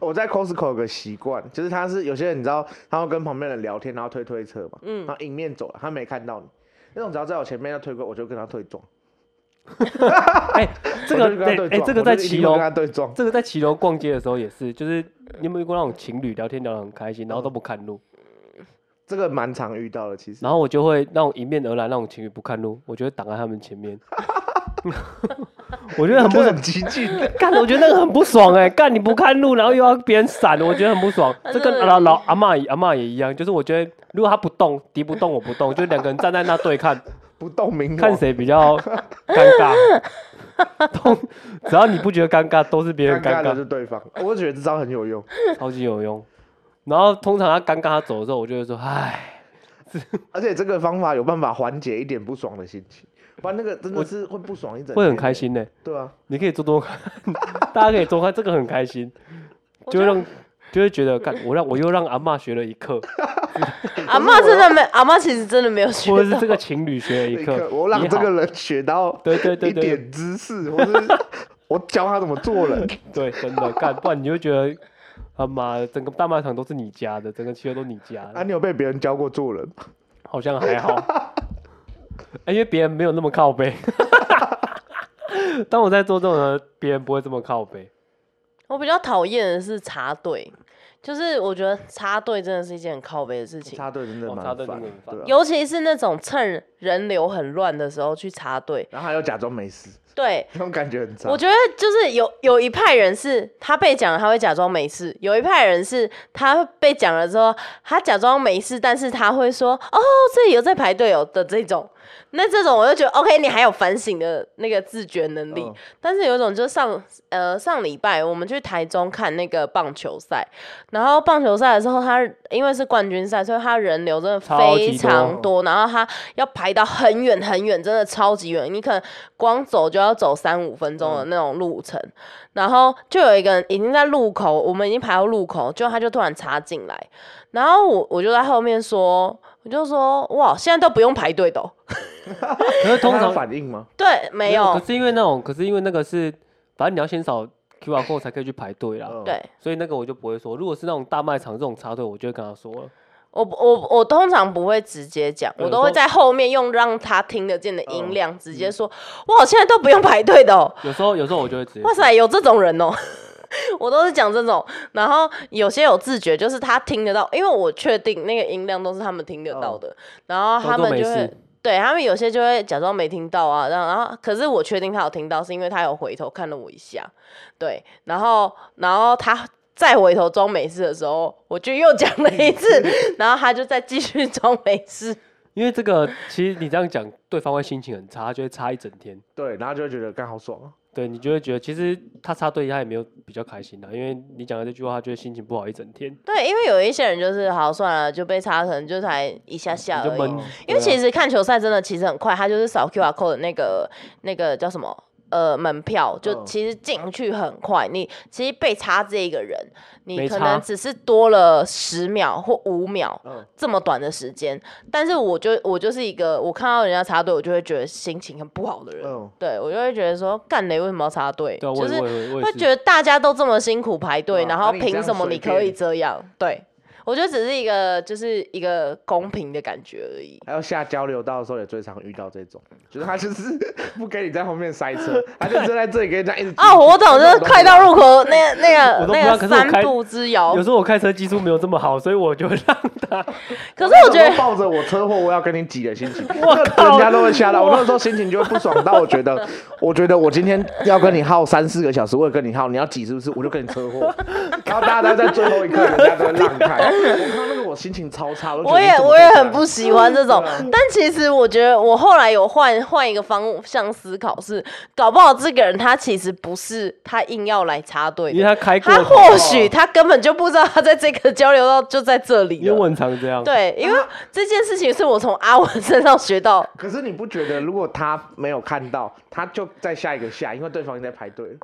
[SPEAKER 3] 我在 Costco 有个习惯，就是他是有些人你知道，他会跟旁边人聊天，然后推推车嘛，嗯，然后迎面走了，他没看到你。那种只要在我前面要推过，我就跟他对撞。
[SPEAKER 2] 哎，这
[SPEAKER 3] 我就跟
[SPEAKER 2] 个
[SPEAKER 3] 他对
[SPEAKER 2] 哎哎，
[SPEAKER 3] 撞
[SPEAKER 2] 这个
[SPEAKER 3] 我就
[SPEAKER 2] 在
[SPEAKER 3] 一定
[SPEAKER 2] 骑
[SPEAKER 3] 会
[SPEAKER 2] 楼
[SPEAKER 3] 跟他对撞。
[SPEAKER 2] 这个在骑楼逛街的时候也是，就是你有没有遇过那种情侣聊天聊得很开心，然后
[SPEAKER 3] 嗯
[SPEAKER 2] 都不看路，
[SPEAKER 3] 这个蛮常遇到的，其实。
[SPEAKER 2] 然后我就会那种迎面而来那种情侣不看路，我就会挡在他们前 面，我觉得很不
[SPEAKER 3] 这
[SPEAKER 2] 爽
[SPEAKER 3] 很。激进的，
[SPEAKER 2] 干，我觉得那个很不爽哎、干你不看路，然后又要别人闪，我觉得很不 爽。这跟
[SPEAKER 3] 嗯
[SPEAKER 2] 老老阿嬷也阿嬷也一样，就是我觉得如果他不动，敌不动我不动，就两个人站在那对看，
[SPEAKER 3] 不动明
[SPEAKER 2] 看谁比较尴尬。 动，只要你不觉得尴尬，都是别
[SPEAKER 3] 尴
[SPEAKER 2] 人尴
[SPEAKER 3] 尬的
[SPEAKER 2] 尬，
[SPEAKER 3] 是对方。我觉得这招很有用。
[SPEAKER 2] 超级有用。然后通常他尴尬，他走的时候，我就会说：“唉，
[SPEAKER 3] 而且这个方法有办法缓解一点不爽的心情，不然那个真的是会不爽一整，
[SPEAKER 2] 会很开，心呢、
[SPEAKER 3] 对啊，
[SPEAKER 2] 你可以多多看，大家可以多看，这个很开心，
[SPEAKER 1] 我
[SPEAKER 2] 就
[SPEAKER 1] 觉
[SPEAKER 2] 会
[SPEAKER 1] 得
[SPEAKER 2] 让就会觉得，干我让我又让阿嬷学了一 课，
[SPEAKER 1] 阿妈真的没，阿妈其实真的没有学
[SPEAKER 2] 或者是
[SPEAKER 1] 到
[SPEAKER 2] 这个情侣学了一课，
[SPEAKER 3] 我让
[SPEAKER 2] 你
[SPEAKER 3] 这
[SPEAKER 2] 好
[SPEAKER 3] 个人学到
[SPEAKER 2] 对对
[SPEAKER 3] 一
[SPEAKER 2] 对对
[SPEAKER 3] 点知识，或是 我教他怎么做人。
[SPEAKER 2] 对，真的干，不然你就觉得他妈的整个大卖场都是你家的，整个汽车都你家
[SPEAKER 3] 啊，
[SPEAKER 2] 的，
[SPEAKER 3] 你有被别人教过做人吗？
[SPEAKER 2] 好像还好， 哎因为别人没有那么靠背。当我在做这种的，别人不会这么靠背。
[SPEAKER 1] 我比较讨厌的是插队，就是我觉得插队真的是一件很靠背的事情，
[SPEAKER 3] 插队真的
[SPEAKER 2] 哦
[SPEAKER 3] 蛮
[SPEAKER 2] 插队
[SPEAKER 3] 烦
[SPEAKER 2] 真的很烦
[SPEAKER 3] 对啊
[SPEAKER 1] 尤其是那种趁人流很乱的时候去插队。
[SPEAKER 3] 然后还要假装没事，
[SPEAKER 1] 对，
[SPEAKER 3] 这种感觉很差。
[SPEAKER 1] 我觉得就是啊有有一派人是他被讲了他会假装没事，有一派人是他被讲了之后他假装没事，但是他会说哦这里有在排队哦的这种，那这种我就觉得 OK 你还有反省的那个自觉能力，
[SPEAKER 3] 嗯
[SPEAKER 1] 但是有一种就是上呃上礼拜我们去台中看那个棒球赛，然后棒球赛的时候他因为是冠军赛，所以他人流真的
[SPEAKER 2] 超级
[SPEAKER 1] 非常
[SPEAKER 2] 多
[SPEAKER 1] 多，然后他要排到很远很远，真的超级远，你可能光走就要走三五分钟的
[SPEAKER 2] 嗯
[SPEAKER 1] 那种路程。然后就有一个人已经在路口，我们已经排到路口，就他就突然插进来，然后我我就在后面说，我就说哇，现在都不用排队的哦、
[SPEAKER 2] 可是通
[SPEAKER 3] 那他
[SPEAKER 2] 常
[SPEAKER 3] 反应吗？
[SPEAKER 1] 对，没
[SPEAKER 2] 可
[SPEAKER 1] 有，
[SPEAKER 2] 是因为那种，可是因为那个是，反正你要先扫 QR code 才可以去排队啦。
[SPEAKER 3] 嗯，
[SPEAKER 1] 对。
[SPEAKER 2] 所以那个我就不会说，如果是那种大卖场这种插队，我就会跟他说了。
[SPEAKER 1] 我不我我通常不会直接讲，
[SPEAKER 2] 对
[SPEAKER 1] 我都
[SPEAKER 2] 我
[SPEAKER 1] 会
[SPEAKER 2] 说
[SPEAKER 1] 在后面用让他听得见的
[SPEAKER 3] 嗯
[SPEAKER 1] 音量直接说，哇，现在都不用排队的、哦，
[SPEAKER 2] 有时候有时候我就会直接
[SPEAKER 1] 哇塞，有这种人哦。 我都是讲这种，然后有些有自觉，就是他听得到，因为我确定那个音量都是他们听得到
[SPEAKER 2] 哦
[SPEAKER 1] 的，然后
[SPEAKER 2] 装
[SPEAKER 1] 他
[SPEAKER 2] 作
[SPEAKER 1] 们
[SPEAKER 2] 没
[SPEAKER 1] 就
[SPEAKER 2] 事
[SPEAKER 1] 会，对他们有些就会假装没听到啊，然后然后可是我确定他有听到，是因为他有回头看了我一下，对，然后然后他再回头装没事的时候，我就又讲了 一次，然后他就再继续装没事，
[SPEAKER 2] 因为这个其实你这样讲，对方会心情很差，他就会差一整天。
[SPEAKER 3] 对，然后就会觉得干好爽啊。
[SPEAKER 2] 对你就会觉得，其实他插队他也没有比较开心的，因为你讲的这句话，他就会心情不好一整天，
[SPEAKER 1] 对，因为有一些人就是好算了，就被插，可能就才一下下
[SPEAKER 2] 你就
[SPEAKER 1] 而已，
[SPEAKER 2] 闷
[SPEAKER 3] 哦。
[SPEAKER 1] 因为
[SPEAKER 2] 对啊
[SPEAKER 1] 其实看球赛真的其实很快，它就是扫 QR code 的那个那个叫什么呃门票，就
[SPEAKER 3] 嗯
[SPEAKER 1] 其实进去很快。你其实被插这一个人，
[SPEAKER 2] 没
[SPEAKER 1] 你可
[SPEAKER 2] 差
[SPEAKER 1] 能只是多了十秒或五秒
[SPEAKER 3] 嗯，
[SPEAKER 1] 这么短的时间，但是我就我就是一个我看到人家插队，我就会觉得心情很不好的人。
[SPEAKER 3] 嗯
[SPEAKER 1] 对我就会觉得说，干雷为什么要插队？
[SPEAKER 2] 对啊，
[SPEAKER 1] 就
[SPEAKER 2] 我也
[SPEAKER 1] 是
[SPEAKER 2] 我也我也
[SPEAKER 1] 会
[SPEAKER 2] 是
[SPEAKER 1] 觉得大家都这么辛苦排队，
[SPEAKER 3] 对啊
[SPEAKER 1] 然
[SPEAKER 3] 啊
[SPEAKER 1] 后
[SPEAKER 3] 你这
[SPEAKER 1] 凭
[SPEAKER 3] 样
[SPEAKER 1] 什么
[SPEAKER 3] 随
[SPEAKER 1] 你可以
[SPEAKER 3] 便
[SPEAKER 1] 这样？对。我觉得只是一个，就是一个公平的感觉而已。
[SPEAKER 3] 还有下交流道的时候也最常遇到这种，就是他就是 不给你在后面塞车，他就坐在这里跟人家一直
[SPEAKER 1] 哦，我懂，就
[SPEAKER 3] 这
[SPEAKER 1] 是
[SPEAKER 3] 种东西
[SPEAKER 1] 快到入口那个那
[SPEAKER 2] 我都
[SPEAKER 1] 个
[SPEAKER 2] 不
[SPEAKER 1] 那个
[SPEAKER 2] 知道可是我
[SPEAKER 1] 三
[SPEAKER 2] 开
[SPEAKER 1] 步之遥
[SPEAKER 2] 有。时候我开车技术没有这么好，所以我就会让他。
[SPEAKER 1] 可是我觉
[SPEAKER 3] 那种
[SPEAKER 1] 得，
[SPEAKER 3] 抱着我车祸我要跟你挤 的心情，
[SPEAKER 2] 我靠
[SPEAKER 3] 人家都会吓到。我
[SPEAKER 2] 哇
[SPEAKER 3] 那时候心情就会不爽到，我 觉得，我觉得我今天要跟你耗三四个小时，我也跟你耗，你要挤是不是？我就跟你车 祸，然后大家都在最后一刻，人家都会让开。我看到那个我心情超差，我就觉
[SPEAKER 1] 我
[SPEAKER 3] 得你
[SPEAKER 1] 也
[SPEAKER 3] 怎么
[SPEAKER 1] 我也
[SPEAKER 3] 可以这
[SPEAKER 1] 很
[SPEAKER 2] 啊
[SPEAKER 3] 样
[SPEAKER 1] 不喜欢这种。但其实我觉得，我后来有换换一个方向思考是，搞不好这个人他其实不是他硬要来插队
[SPEAKER 2] 因为
[SPEAKER 1] 的，
[SPEAKER 2] 他开过
[SPEAKER 1] 他
[SPEAKER 2] 头，
[SPEAKER 1] 或许他根本就不知道他在这个交流道就在这里
[SPEAKER 2] 因为我
[SPEAKER 1] 了。
[SPEAKER 2] 很常这样。
[SPEAKER 1] 对，因为这件事情是我从阿文身上学 到。
[SPEAKER 3] 可是你不觉得，如果他没有看到，他就在下一个下，因为对方已经在排队了，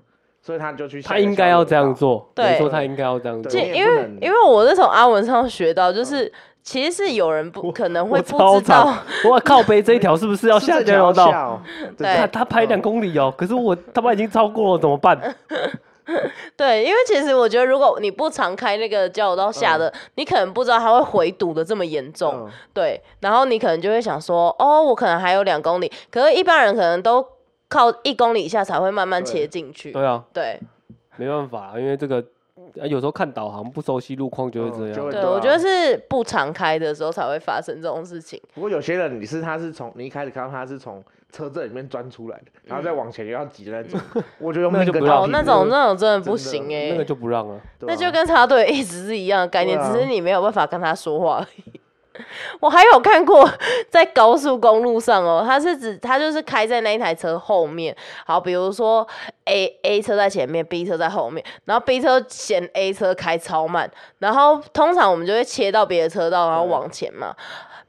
[SPEAKER 3] 所以他就去下
[SPEAKER 2] 他
[SPEAKER 3] 一个
[SPEAKER 2] 应该要这样
[SPEAKER 3] 下一
[SPEAKER 2] 做，
[SPEAKER 1] 对
[SPEAKER 2] 没错，他应该要这样
[SPEAKER 3] 对
[SPEAKER 2] 做
[SPEAKER 1] 就。
[SPEAKER 3] 你也
[SPEAKER 1] 因
[SPEAKER 3] 不
[SPEAKER 1] 为
[SPEAKER 3] 能
[SPEAKER 1] 因为我是从阿文身上学到，就是其实是有人不可能会
[SPEAKER 2] 嗯我
[SPEAKER 1] 不
[SPEAKER 2] 超
[SPEAKER 1] 知道
[SPEAKER 2] 常。，我靠背这一条是不是要
[SPEAKER 3] 个道。
[SPEAKER 2] 下
[SPEAKER 3] 这
[SPEAKER 2] 交流
[SPEAKER 3] 条
[SPEAKER 2] 道？
[SPEAKER 3] 下哦，这
[SPEAKER 1] 对
[SPEAKER 2] 他
[SPEAKER 3] 条
[SPEAKER 2] 他拍两公里哦，可是我他妈已经超过了，怎么办？
[SPEAKER 1] 对，因为其实我觉得，如果你不常开那个交流道下的，你可能不知道它会回堵的这么严重。
[SPEAKER 3] 嗯
[SPEAKER 1] 对，然后你可能就会想说，哦，我可能还有两公里，可是一般人可能都靠一公里以下才会慢慢
[SPEAKER 3] 对
[SPEAKER 1] 切进去。
[SPEAKER 2] 对啊，
[SPEAKER 1] 对，
[SPEAKER 2] 没办法，因为这个啊有时候看导航不熟悉路况就会
[SPEAKER 3] 嗯
[SPEAKER 2] 这
[SPEAKER 3] 就
[SPEAKER 2] 样
[SPEAKER 3] 会。
[SPEAKER 1] 对，
[SPEAKER 3] 对
[SPEAKER 1] 我
[SPEAKER 3] 啊
[SPEAKER 1] 觉得是不常开的时候才会发生这种事情。
[SPEAKER 3] 不过有些人你是他是从你一开始看到他是从车阵里面钻出来的，然后再往前又要挤的那种，我觉得
[SPEAKER 2] 嗯那
[SPEAKER 3] 命
[SPEAKER 2] 就
[SPEAKER 3] 跟
[SPEAKER 2] 不
[SPEAKER 3] 他
[SPEAKER 2] 要
[SPEAKER 1] 哦
[SPEAKER 3] 屁，
[SPEAKER 1] 那
[SPEAKER 3] 股
[SPEAKER 1] 种那种真的不
[SPEAKER 3] 真的
[SPEAKER 1] 行哎、
[SPEAKER 2] 那个就不让了，
[SPEAKER 3] 对
[SPEAKER 1] 那
[SPEAKER 3] 啊
[SPEAKER 1] 就跟插队一直是一样的概念，
[SPEAKER 3] 对啊
[SPEAKER 1] 只是你没有办法跟他说话而已。我还有看过在高速公路上哦，他是指他就是开在那一台车后面，好，比如说 A A 车在前面，B 车在后面，然后 B 车嫌 A 车开超慢，然后通常我们就会切到别的车道，然后
[SPEAKER 3] 对
[SPEAKER 1] 往前嘛。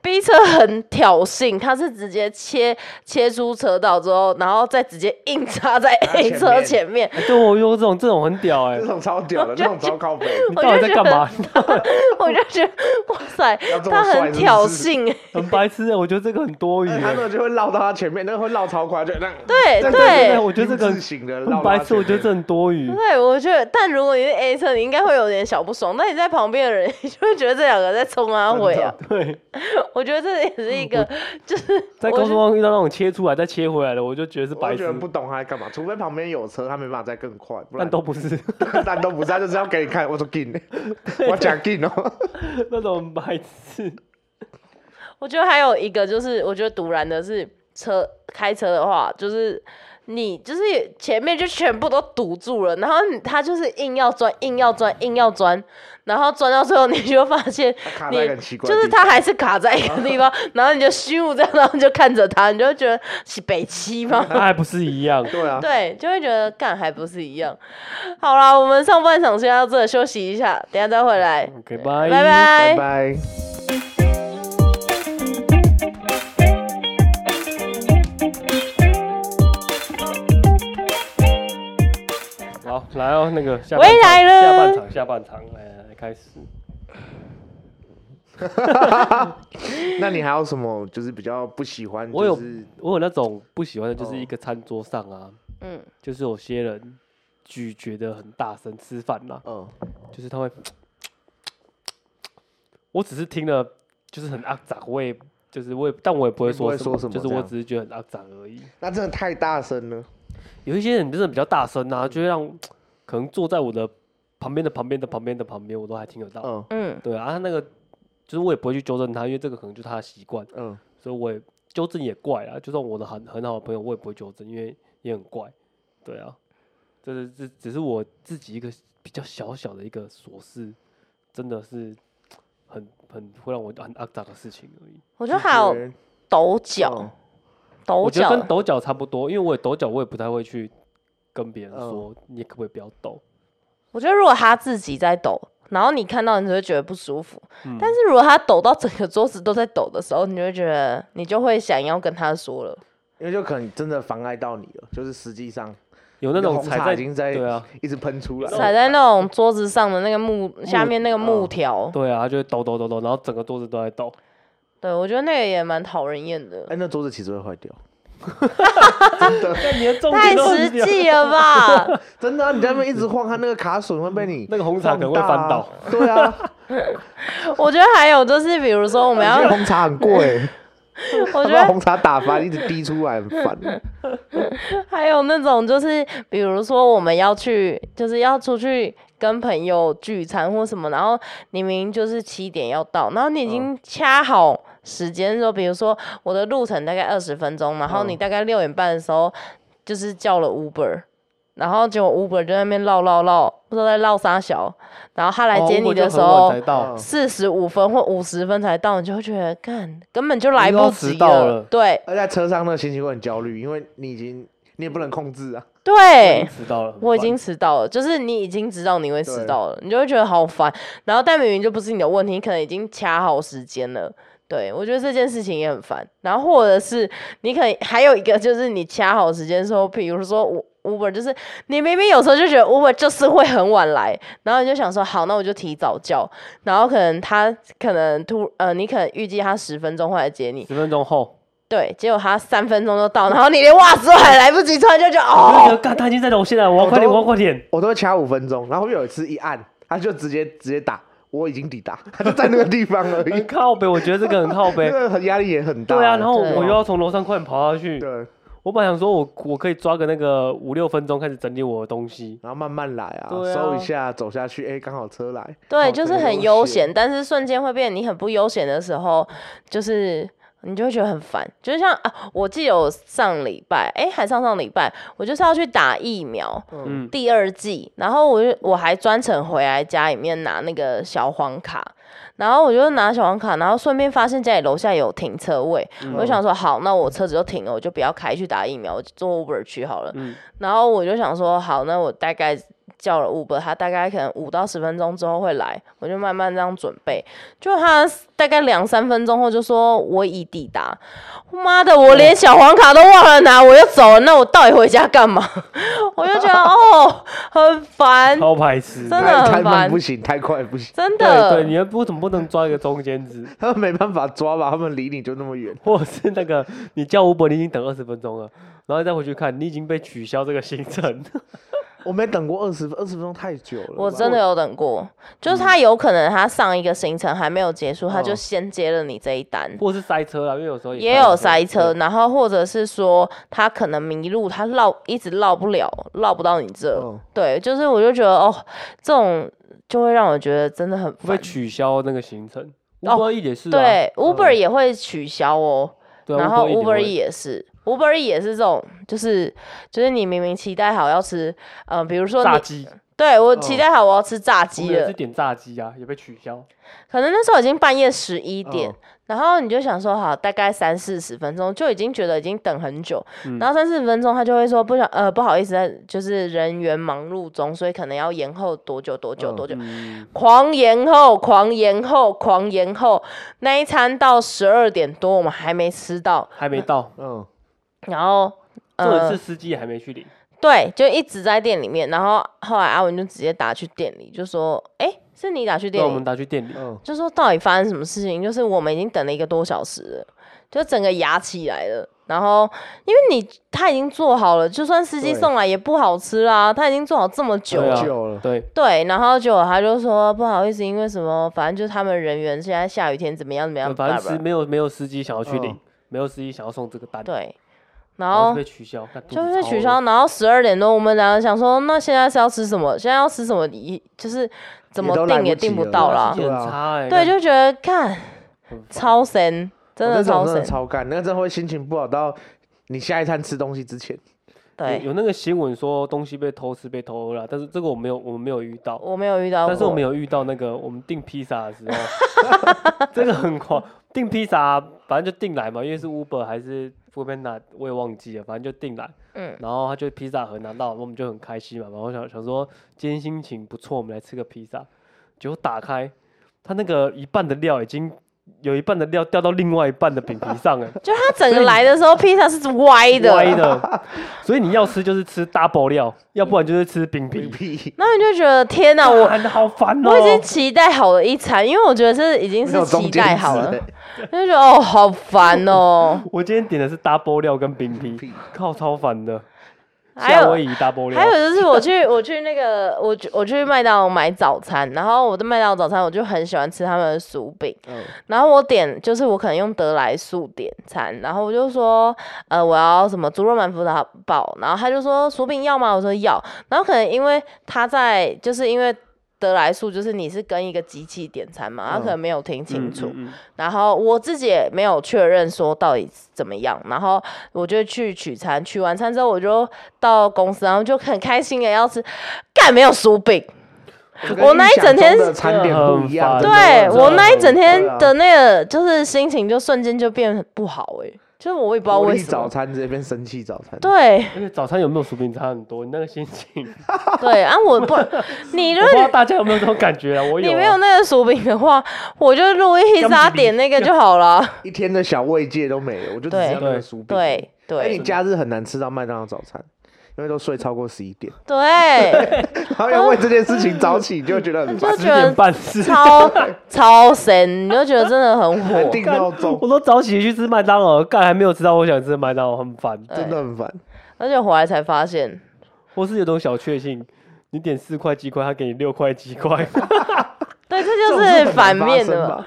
[SPEAKER 1] B 车很挑衅，它是直接切切出车道之后，然后再直接硬插在
[SPEAKER 3] 插
[SPEAKER 1] A
[SPEAKER 3] 前
[SPEAKER 1] 车
[SPEAKER 3] 面
[SPEAKER 1] 前面，
[SPEAKER 2] 对我说这种这种很屌哎、
[SPEAKER 3] 这种超屌的，这种 超靠背，
[SPEAKER 2] 你到底在干嘛？
[SPEAKER 1] 我就觉得哇塞
[SPEAKER 3] 要，这么
[SPEAKER 1] 他
[SPEAKER 3] 帅
[SPEAKER 1] 很
[SPEAKER 3] 是不
[SPEAKER 1] 挑
[SPEAKER 3] 是
[SPEAKER 1] 衅 欸，
[SPEAKER 2] 很白痴哎、我觉得这个很多余、
[SPEAKER 3] 他
[SPEAKER 2] 欸。
[SPEAKER 3] 那就会绕到他前面，那个会绕超快，就那样
[SPEAKER 1] 对
[SPEAKER 3] 这样
[SPEAKER 1] 对
[SPEAKER 3] 这样
[SPEAKER 2] 我觉得这个
[SPEAKER 3] 丁字形的绕
[SPEAKER 2] 很
[SPEAKER 3] 到他
[SPEAKER 2] 白痴，我觉得这
[SPEAKER 3] 前面
[SPEAKER 2] 很多余。
[SPEAKER 1] 对，我觉得，但如果你是 A 车，你应该会有点小不爽。但你在旁边的人， 你就会觉得这两个在冲啊
[SPEAKER 3] 真的嗯
[SPEAKER 1] 会啊。
[SPEAKER 2] 对，
[SPEAKER 1] 我觉得这也是一个，就是
[SPEAKER 2] 在
[SPEAKER 1] 我
[SPEAKER 2] 高
[SPEAKER 1] 是
[SPEAKER 2] 速上遇到那种切出来再切回来的，我就觉得是
[SPEAKER 3] 我
[SPEAKER 2] 白
[SPEAKER 3] 就觉
[SPEAKER 2] 痴
[SPEAKER 3] 得。不懂他在干嘛，除非旁边有车，他没办法再更快，不然
[SPEAKER 2] 但都不是
[SPEAKER 3] 但都不在，就是要给你看，我说劲，我讲劲 哦，
[SPEAKER 2] 那种白痴。
[SPEAKER 1] 我觉得还有一个就是，我觉得堵然的是车开车的话，就是你就是前面就全部都堵住了，然后你他就是硬要钻，硬要钻，硬要钻，然后钻到最后，你就发现
[SPEAKER 3] 卡在一
[SPEAKER 1] 你
[SPEAKER 3] 个很奇怪，
[SPEAKER 1] 就是他，还是卡在一个地方，然后你就虚无这样，然后你就看着他，你就会觉得是北七吗？
[SPEAKER 2] 那还不是一样？
[SPEAKER 3] 对啊，
[SPEAKER 1] 对，就会觉得干还不是一样。好啦，我们上半场先到这，休息一下，等一下再回来，
[SPEAKER 2] OK，
[SPEAKER 1] 拜
[SPEAKER 2] 拜
[SPEAKER 1] 拜。
[SPEAKER 3] 拜拜。
[SPEAKER 2] 好，来哦，那个下
[SPEAKER 1] 回
[SPEAKER 2] 半场
[SPEAKER 1] 来了
[SPEAKER 2] 下半场，下半场，来来来，开始。
[SPEAKER 3] 那你还有什么就是比较不喜欢？
[SPEAKER 2] 我有
[SPEAKER 3] 就是
[SPEAKER 2] 我有那种不喜欢的，就是
[SPEAKER 3] 哦
[SPEAKER 2] 一个餐桌上啊，
[SPEAKER 1] 嗯，
[SPEAKER 2] 就是有些人咀嚼的很大声吃饭啦，
[SPEAKER 3] 嗯，
[SPEAKER 2] 就是他会，我只是听了，就是很肮脏，我也就是我也，但我也不会
[SPEAKER 3] 你不
[SPEAKER 2] 说
[SPEAKER 3] 会说
[SPEAKER 2] 什么，
[SPEAKER 3] 什么
[SPEAKER 2] 就是
[SPEAKER 3] 这
[SPEAKER 2] 我
[SPEAKER 3] 样
[SPEAKER 2] 只是觉得很肮脏而已。
[SPEAKER 3] 那真的太大声了，
[SPEAKER 2] 有一些人真的比较大声啊，就会让可能坐在我的旁边的旁边的旁边的旁边，我都还听得到。
[SPEAKER 3] 嗯
[SPEAKER 1] 嗯，
[SPEAKER 2] 对啊，他那个就是我也不会去纠正他，因为这个可能就是他的习惯，
[SPEAKER 3] 嗯，
[SPEAKER 2] 所以我也纠正也怪啊。就算我的很很好的朋友，我也不会纠正，因为也很怪。对啊，这是这只是我自己一个比较小小的一个琐事，真的是很很会让我很肮脏的事情而已。
[SPEAKER 1] 我觉得还有
[SPEAKER 3] 觉得
[SPEAKER 1] 抖脚
[SPEAKER 3] 嗯，
[SPEAKER 1] 抖
[SPEAKER 2] 我觉得跟
[SPEAKER 1] 脚，
[SPEAKER 2] 抖脚差不多，因为我也抖脚，我也不太会去跟别人
[SPEAKER 3] 嗯
[SPEAKER 2] 说，你可不可以不要抖？
[SPEAKER 1] 我觉得如果他自己在抖。然后你看到，你就会觉得不舒服。
[SPEAKER 2] 嗯
[SPEAKER 1] 但是如果他抖到整个桌子都在抖的时候，你就会觉得，你就会想要跟他说了。
[SPEAKER 3] 因为就可能真的妨碍到你了，就是实际上
[SPEAKER 2] 有那
[SPEAKER 3] 个
[SPEAKER 2] 种
[SPEAKER 3] 红
[SPEAKER 2] 踩
[SPEAKER 3] 茶
[SPEAKER 2] 在
[SPEAKER 3] 已经在
[SPEAKER 2] 对啊
[SPEAKER 3] 一直喷出来，
[SPEAKER 1] 踩在那种桌子上的那个木下面那个木
[SPEAKER 3] 哦
[SPEAKER 1] 条，
[SPEAKER 2] 对啊，他就会抖抖抖抖，然后整个桌子都在抖。
[SPEAKER 1] 对我觉得那个也蛮讨人厌的。
[SPEAKER 3] 哎，那桌子其实会坏掉，
[SPEAKER 2] 但你的重
[SPEAKER 1] 太实际了吧！
[SPEAKER 3] 真的啊，你在那边一直晃，它那个卡榫会被你
[SPEAKER 2] 那个红茶可能会
[SPEAKER 3] 晃
[SPEAKER 2] 翻
[SPEAKER 3] 大
[SPEAKER 2] 倒
[SPEAKER 3] 啊，对啊，
[SPEAKER 1] 我觉得还有就是，比如说我们要，
[SPEAKER 3] 红茶很贵，
[SPEAKER 1] 我
[SPEAKER 3] 他
[SPEAKER 1] 觉
[SPEAKER 3] 把
[SPEAKER 1] 得
[SPEAKER 3] 红茶打翻，一直滴出来，很烦。
[SPEAKER 1] 还有那种就是，比如说我们要去，就是要出去跟朋友聚餐或什么，然后你明明就是七点要到，然后你已经掐好时间说，比如说我的路程大概二十分钟，然
[SPEAKER 2] 嗯
[SPEAKER 1] 后你大概六点半的时候就是叫了 Uber。然后结果 Uber 就在那边绕绕绕，不知道在绕啥小。然后他来接你的时
[SPEAKER 2] 哦我就很
[SPEAKER 1] 候
[SPEAKER 2] 晚，才
[SPEAKER 3] 嗯
[SPEAKER 2] 到，
[SPEAKER 1] 四十五分或五十分才到，你就会觉得干根本就来不及
[SPEAKER 2] 你都要迟到了
[SPEAKER 1] 对
[SPEAKER 3] 而在车上那个心情会很焦虑，因为你已经你也不能控制啊，
[SPEAKER 1] 对，
[SPEAKER 2] 迟到了，很
[SPEAKER 1] 我已经
[SPEAKER 2] 烦
[SPEAKER 1] 迟到了，就是你已经知道你会迟
[SPEAKER 3] 对
[SPEAKER 1] 到了，你就会觉得好烦。然后但明明就不是你的问题，你可能已经掐好时间了。对，我觉得这件事情也很烦。然后或者是你可能还有一个就是你掐好时间的时候，比如说我 Uber，就是你明明有时候就觉得 Uber 就是会很晚来，然后你就想说好，那我就提早叫，然后可能他可能突呃，你可能预计他十分钟会来接你，
[SPEAKER 2] 十分钟后，
[SPEAKER 1] 对，结果他三分钟就到，然后你连袜子都还来不及穿，就觉得
[SPEAKER 2] 我就觉得
[SPEAKER 1] 哦，
[SPEAKER 2] 干他已经在楼下了，我要快点，我
[SPEAKER 3] 我都
[SPEAKER 2] 要快点，
[SPEAKER 3] 我都会掐五分钟，然后有一次一按，他就直接直接打，我已经抵达，他就在那个地方而
[SPEAKER 2] 很
[SPEAKER 3] 已，
[SPEAKER 2] 靠北，我觉得这个很靠
[SPEAKER 3] 那
[SPEAKER 2] 北。
[SPEAKER 3] 个很压力也很大。
[SPEAKER 2] 对啊，然后我
[SPEAKER 1] 对
[SPEAKER 2] 又要从楼上快点跑下去
[SPEAKER 3] 对，，
[SPEAKER 2] 我本来想说我我可以抓个那个五六分钟开始整理我的东西，
[SPEAKER 3] 然后慢慢来啊，
[SPEAKER 2] 对啊
[SPEAKER 3] 收一下，走下去，哎，刚好车来，
[SPEAKER 1] 对，就是很悠闲，
[SPEAKER 3] 哦。
[SPEAKER 1] 但是瞬间会变你很不悠闲的时候，就是你就会觉得很烦。就像啊，我记得我上礼拜，哎，还上上礼拜，我就是要去打疫苗
[SPEAKER 3] 嗯，
[SPEAKER 2] 嗯，
[SPEAKER 1] 第二季，然后我就我还专程回来家里面拿那个小黄卡，然后我就拿小黄卡，然后顺便发现家里楼下有停车位，我就想说好，那我车子就停了，我就不要开去打疫苗，我就坐 Uber 去好了。
[SPEAKER 2] 嗯
[SPEAKER 1] 然后我就想说，好，那我大概叫了 Uber，他大概可能五到十分钟之后会来，我就慢慢这样准备。就他大概两三分钟后就说我已抵达，妈
[SPEAKER 2] 哦
[SPEAKER 1] 的，我连小黄卡都忘了拿，我就走了，那我到底回家干嘛？ 我就觉 得哦，很烦，
[SPEAKER 2] 超排斥。
[SPEAKER 1] 真的
[SPEAKER 3] 太
[SPEAKER 1] 很
[SPEAKER 3] 太慢
[SPEAKER 1] 烦
[SPEAKER 3] 不行，太快不行，
[SPEAKER 1] 真
[SPEAKER 2] 对对，
[SPEAKER 1] 的。
[SPEAKER 2] 你们不怎么不能抓一个中间值，
[SPEAKER 3] 他们没办法抓吧？他们离你就那么远，
[SPEAKER 2] 或者是那个你叫 Uber，你已经等二十分钟了，然后再回去看，你已经被取消这个行程。
[SPEAKER 3] 我没等过二十二十分钟太久了吧。
[SPEAKER 1] 我真的有等
[SPEAKER 2] 嗯
[SPEAKER 1] 过，就是他有可能他上一个行程还没有结束，他就
[SPEAKER 2] 哦
[SPEAKER 1] 先接了你这一单。
[SPEAKER 2] 或是塞车啦，因为有时候
[SPEAKER 1] 也有塞车，。然后或者是说他可能迷路，他绕一直绕不了，绕不到你这。
[SPEAKER 2] 哦
[SPEAKER 3] 嗯
[SPEAKER 1] 对，就是我就觉得哦，这种就会让我觉得真的很
[SPEAKER 2] 会
[SPEAKER 1] 烦
[SPEAKER 2] 被。取消那个行程。
[SPEAKER 1] 哦
[SPEAKER 2] Uber E 也是啊、
[SPEAKER 1] 对，Uber
[SPEAKER 2] 嗯
[SPEAKER 1] 也会取消哦，
[SPEAKER 2] 对啊
[SPEAKER 1] 然后
[SPEAKER 2] Uber
[SPEAKER 1] Uber E
[SPEAKER 2] Eats 也会
[SPEAKER 1] 也是，Uber E 也是这种，就是就是你明明期待好要吃，嗯、比如说
[SPEAKER 2] 炸
[SPEAKER 1] 你
[SPEAKER 2] 鸡，嗯
[SPEAKER 1] 对我期待好我要吃炸
[SPEAKER 2] 我
[SPEAKER 1] 鸡
[SPEAKER 2] 们也
[SPEAKER 1] 了
[SPEAKER 2] 是，点炸鸡啊，也被取消。
[SPEAKER 1] 可能那时候已经半夜十一点，
[SPEAKER 3] 嗯
[SPEAKER 1] 然后你就想说好，大概三四十分钟就已经觉得已经等很久，
[SPEAKER 2] 嗯
[SPEAKER 1] 然后三四十分钟他就会说不想呃不好意思，在就是人员忙碌中，所以可能要延后多久多久
[SPEAKER 3] 嗯
[SPEAKER 1] 多久，
[SPEAKER 2] 嗯，
[SPEAKER 1] 狂延后狂延后狂延后，那一餐到十二点多我们还没吃到，
[SPEAKER 2] 还没到，
[SPEAKER 3] 嗯，
[SPEAKER 1] 然后
[SPEAKER 2] 或者
[SPEAKER 1] 呃
[SPEAKER 2] 是司机也还没去领。
[SPEAKER 1] 对，就一直在店里面，然后后来阿文就直接打去店里，就说哎、诶是你打去店
[SPEAKER 2] 那
[SPEAKER 1] 里
[SPEAKER 2] 我们打去店里，
[SPEAKER 3] 嗯，
[SPEAKER 1] 就说到底发生什么事情？就是我们已经等了一个多小时了，就整个牙起来了。然后，因为你他已经做好了，就算司机
[SPEAKER 3] 对
[SPEAKER 1] 送来也不好吃啦。他已经做好这么久
[SPEAKER 2] 对
[SPEAKER 1] 了，
[SPEAKER 2] 啊
[SPEAKER 3] 久了，
[SPEAKER 2] 对，
[SPEAKER 1] 对。然后结果他就说不好意思，因为什么，反正就是他们人员现在下雨天怎么样怎么样，
[SPEAKER 2] 反正
[SPEAKER 1] 叭叭
[SPEAKER 2] 是没有没有司机想要去领
[SPEAKER 3] 嗯，
[SPEAKER 2] 没有司机想要送这个单，，
[SPEAKER 1] 对。然
[SPEAKER 2] 然后
[SPEAKER 1] 后
[SPEAKER 2] 就被取消，干
[SPEAKER 1] 就
[SPEAKER 2] 肚子
[SPEAKER 1] 是
[SPEAKER 2] 超
[SPEAKER 1] 取
[SPEAKER 2] 饿
[SPEAKER 1] 消，然后十二点多，我们两个想说，那现在是要吃什么？现在要吃什么？一就是怎
[SPEAKER 3] 也
[SPEAKER 1] 么
[SPEAKER 3] 都来
[SPEAKER 1] 定也
[SPEAKER 3] 不
[SPEAKER 1] 定
[SPEAKER 3] 及
[SPEAKER 1] 不
[SPEAKER 3] 了
[SPEAKER 1] 到啦
[SPEAKER 2] 心。情
[SPEAKER 3] 对啊
[SPEAKER 2] 很差
[SPEAKER 1] 对，
[SPEAKER 2] 哎，干
[SPEAKER 1] 就觉得看
[SPEAKER 2] 很烦
[SPEAKER 1] 超神，真
[SPEAKER 3] 我那
[SPEAKER 1] 的
[SPEAKER 3] 种
[SPEAKER 1] 超
[SPEAKER 3] 真
[SPEAKER 1] 神
[SPEAKER 3] 的，超干，那个真的会心情不好到你下一餐吃东西 之前。
[SPEAKER 1] 对。
[SPEAKER 2] 有有那个新闻说东西被偷吃被偷了，但是这个我没有我们没有遇到，
[SPEAKER 1] 我没有遇到过，
[SPEAKER 2] 但是我们有遇到那个我们订披萨的 时候，这个很狂。订披萨啊反正就订来嘛，因为是 Uber 还是 f o o p a n d a 我也忘记了，反正就订来。
[SPEAKER 1] 嗯，
[SPEAKER 2] 然后他就披萨盒拿到，我们就很开心嘛。然后想想说今天心情不错，我们来吃个披萨。结果打开，它那个一半的料已经有一半的料掉到另外一半的饼皮上了
[SPEAKER 1] 就它整个来的时候，披萨是歪的，
[SPEAKER 2] 歪的。所以你要吃就是吃 double 料， 要不然就是吃饼皮。
[SPEAKER 3] 屁，
[SPEAKER 1] 然后你就觉得天 哪，我
[SPEAKER 2] 干好烦哦！
[SPEAKER 1] 我已经期待好了一餐，因为我觉得这已经
[SPEAKER 3] 没
[SPEAKER 1] 是
[SPEAKER 3] 有中
[SPEAKER 1] 期
[SPEAKER 3] 间
[SPEAKER 1] 待
[SPEAKER 3] 值
[SPEAKER 1] 好了
[SPEAKER 3] 欸，
[SPEAKER 1] 就觉得哦好烦 哦，
[SPEAKER 2] 我今天点的是 double 料跟饼皮
[SPEAKER 3] 屁，
[SPEAKER 2] 靠，超烦的。
[SPEAKER 1] 还
[SPEAKER 2] 夏威
[SPEAKER 1] 有。
[SPEAKER 2] 夷 double 料，嗯
[SPEAKER 1] 还有就是我去我去那个我去我去麦当劳买早餐，然后我的麦当劳早餐我就很喜欢吃他们的薯饼，
[SPEAKER 3] 嗯
[SPEAKER 1] 然后我点就是我可能用得来速点餐，然后我就说，呃，我要什么猪肉满福的堡，然后他就说薯饼要吗？我说要，然后可能因为他在就是因为得来速就是你是跟一个机器点餐嘛，他可能没有听清楚，
[SPEAKER 2] 嗯嗯嗯
[SPEAKER 1] 然后我自己也没有确认说到底是怎么样，然后我就去取餐，取完餐之后我就到公司，然后就很开心的要吃，干没有薯饼。
[SPEAKER 3] 就跟
[SPEAKER 1] 我那一
[SPEAKER 3] 预想
[SPEAKER 1] 整天
[SPEAKER 3] 中
[SPEAKER 1] 是
[SPEAKER 3] 的餐点不一样，
[SPEAKER 2] 很
[SPEAKER 3] 真
[SPEAKER 2] 烦
[SPEAKER 3] 的
[SPEAKER 1] 对
[SPEAKER 2] 真的
[SPEAKER 1] 我那一整天
[SPEAKER 3] 对啊
[SPEAKER 1] 的那个就是心情就瞬间就变不好哎、就是我也不知道
[SPEAKER 3] 活
[SPEAKER 1] 为
[SPEAKER 3] 力
[SPEAKER 1] 什
[SPEAKER 3] 早
[SPEAKER 1] 么。
[SPEAKER 3] 餐直接变生气早餐，
[SPEAKER 1] 对
[SPEAKER 2] 而且早餐有没有薯饼差很多，你那个心 情，我
[SPEAKER 1] 对，啊我 不，你如
[SPEAKER 2] 不知道
[SPEAKER 1] 果
[SPEAKER 2] 大家有没有这种感觉啊？我有、啊，
[SPEAKER 1] 你没有那个薯饼的话，我就路易披萨点那个就好了。
[SPEAKER 3] 一天的小慰藉都没了，我就只
[SPEAKER 1] 对
[SPEAKER 3] 吃到那个薯饼。
[SPEAKER 1] 对
[SPEAKER 3] 哎，你
[SPEAKER 1] 对
[SPEAKER 3] 假日很难吃到麦当劳早餐，因为都睡超过十一 点，哎
[SPEAKER 1] 对，
[SPEAKER 3] 然后要为这件事情早起，就觉得很烦
[SPEAKER 1] 就，
[SPEAKER 2] 十
[SPEAKER 1] 觉得
[SPEAKER 2] 点半 是，
[SPEAKER 1] 超超神，你 就觉得真的很火
[SPEAKER 3] 还。定闹钟，
[SPEAKER 2] 我都早起去吃麦当劳，干还没有吃到我想吃的麦当劳，很烦。
[SPEAKER 1] 对
[SPEAKER 3] 真的很烦。
[SPEAKER 1] 而且回来才发现，
[SPEAKER 2] 或是有种小确幸，你点四块鸡块，他给你六块鸡块。
[SPEAKER 1] 对，这
[SPEAKER 3] 这
[SPEAKER 1] 就
[SPEAKER 3] 种事
[SPEAKER 1] 是
[SPEAKER 3] 很难
[SPEAKER 1] 反
[SPEAKER 3] 发
[SPEAKER 1] 面
[SPEAKER 3] 生
[SPEAKER 1] 的嘛。
[SPEAKER 3] 吧？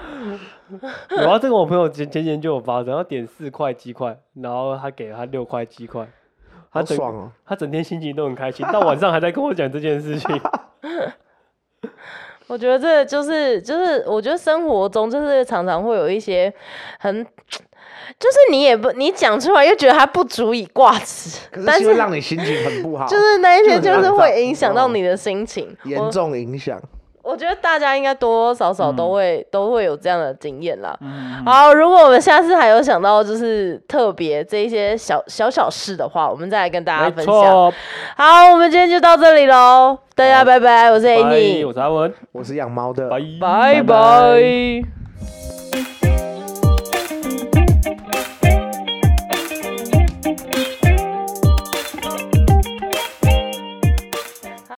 [SPEAKER 2] 然啊后这个我朋友前前前就有发生，他点四块鸡块，然后他给了他六块鸡块，他
[SPEAKER 3] 好
[SPEAKER 2] 整
[SPEAKER 3] 爽哦！
[SPEAKER 2] 他整天心情都很开心，到晚上还在跟我讲这件事情。
[SPEAKER 1] 我觉得这就是就是，我觉得生活中就是常常会有一些很，就是你也不你讲出来又觉得它不足以挂齿
[SPEAKER 3] 可，
[SPEAKER 1] 但
[SPEAKER 3] 是就是会让你心情很不好，
[SPEAKER 1] 就是那一些
[SPEAKER 3] 就
[SPEAKER 1] 就
[SPEAKER 3] 很
[SPEAKER 1] 是
[SPEAKER 3] 肮
[SPEAKER 1] 会
[SPEAKER 3] 脏
[SPEAKER 1] 影响
[SPEAKER 3] 哦
[SPEAKER 1] 到你的心情。
[SPEAKER 3] 严
[SPEAKER 1] 我
[SPEAKER 3] 重影响。
[SPEAKER 1] 我觉得大家应该多多少少
[SPEAKER 3] 嗯
[SPEAKER 1] 都会、都会有这样的经验啦。
[SPEAKER 2] 嗯，
[SPEAKER 1] 好，如果我们下次还有想到就是特别这一些小小小事的话，我们再来跟 大家
[SPEAKER 2] 没
[SPEAKER 1] 分享。
[SPEAKER 2] 错，
[SPEAKER 1] 好，我们今天就到这里喽，大家
[SPEAKER 2] 好
[SPEAKER 1] 拜拜，我是
[SPEAKER 2] 拜
[SPEAKER 1] Annie，
[SPEAKER 2] 我是阿文，
[SPEAKER 3] 我是养猫的，
[SPEAKER 2] 拜
[SPEAKER 1] 拜
[SPEAKER 3] 拜
[SPEAKER 1] 拜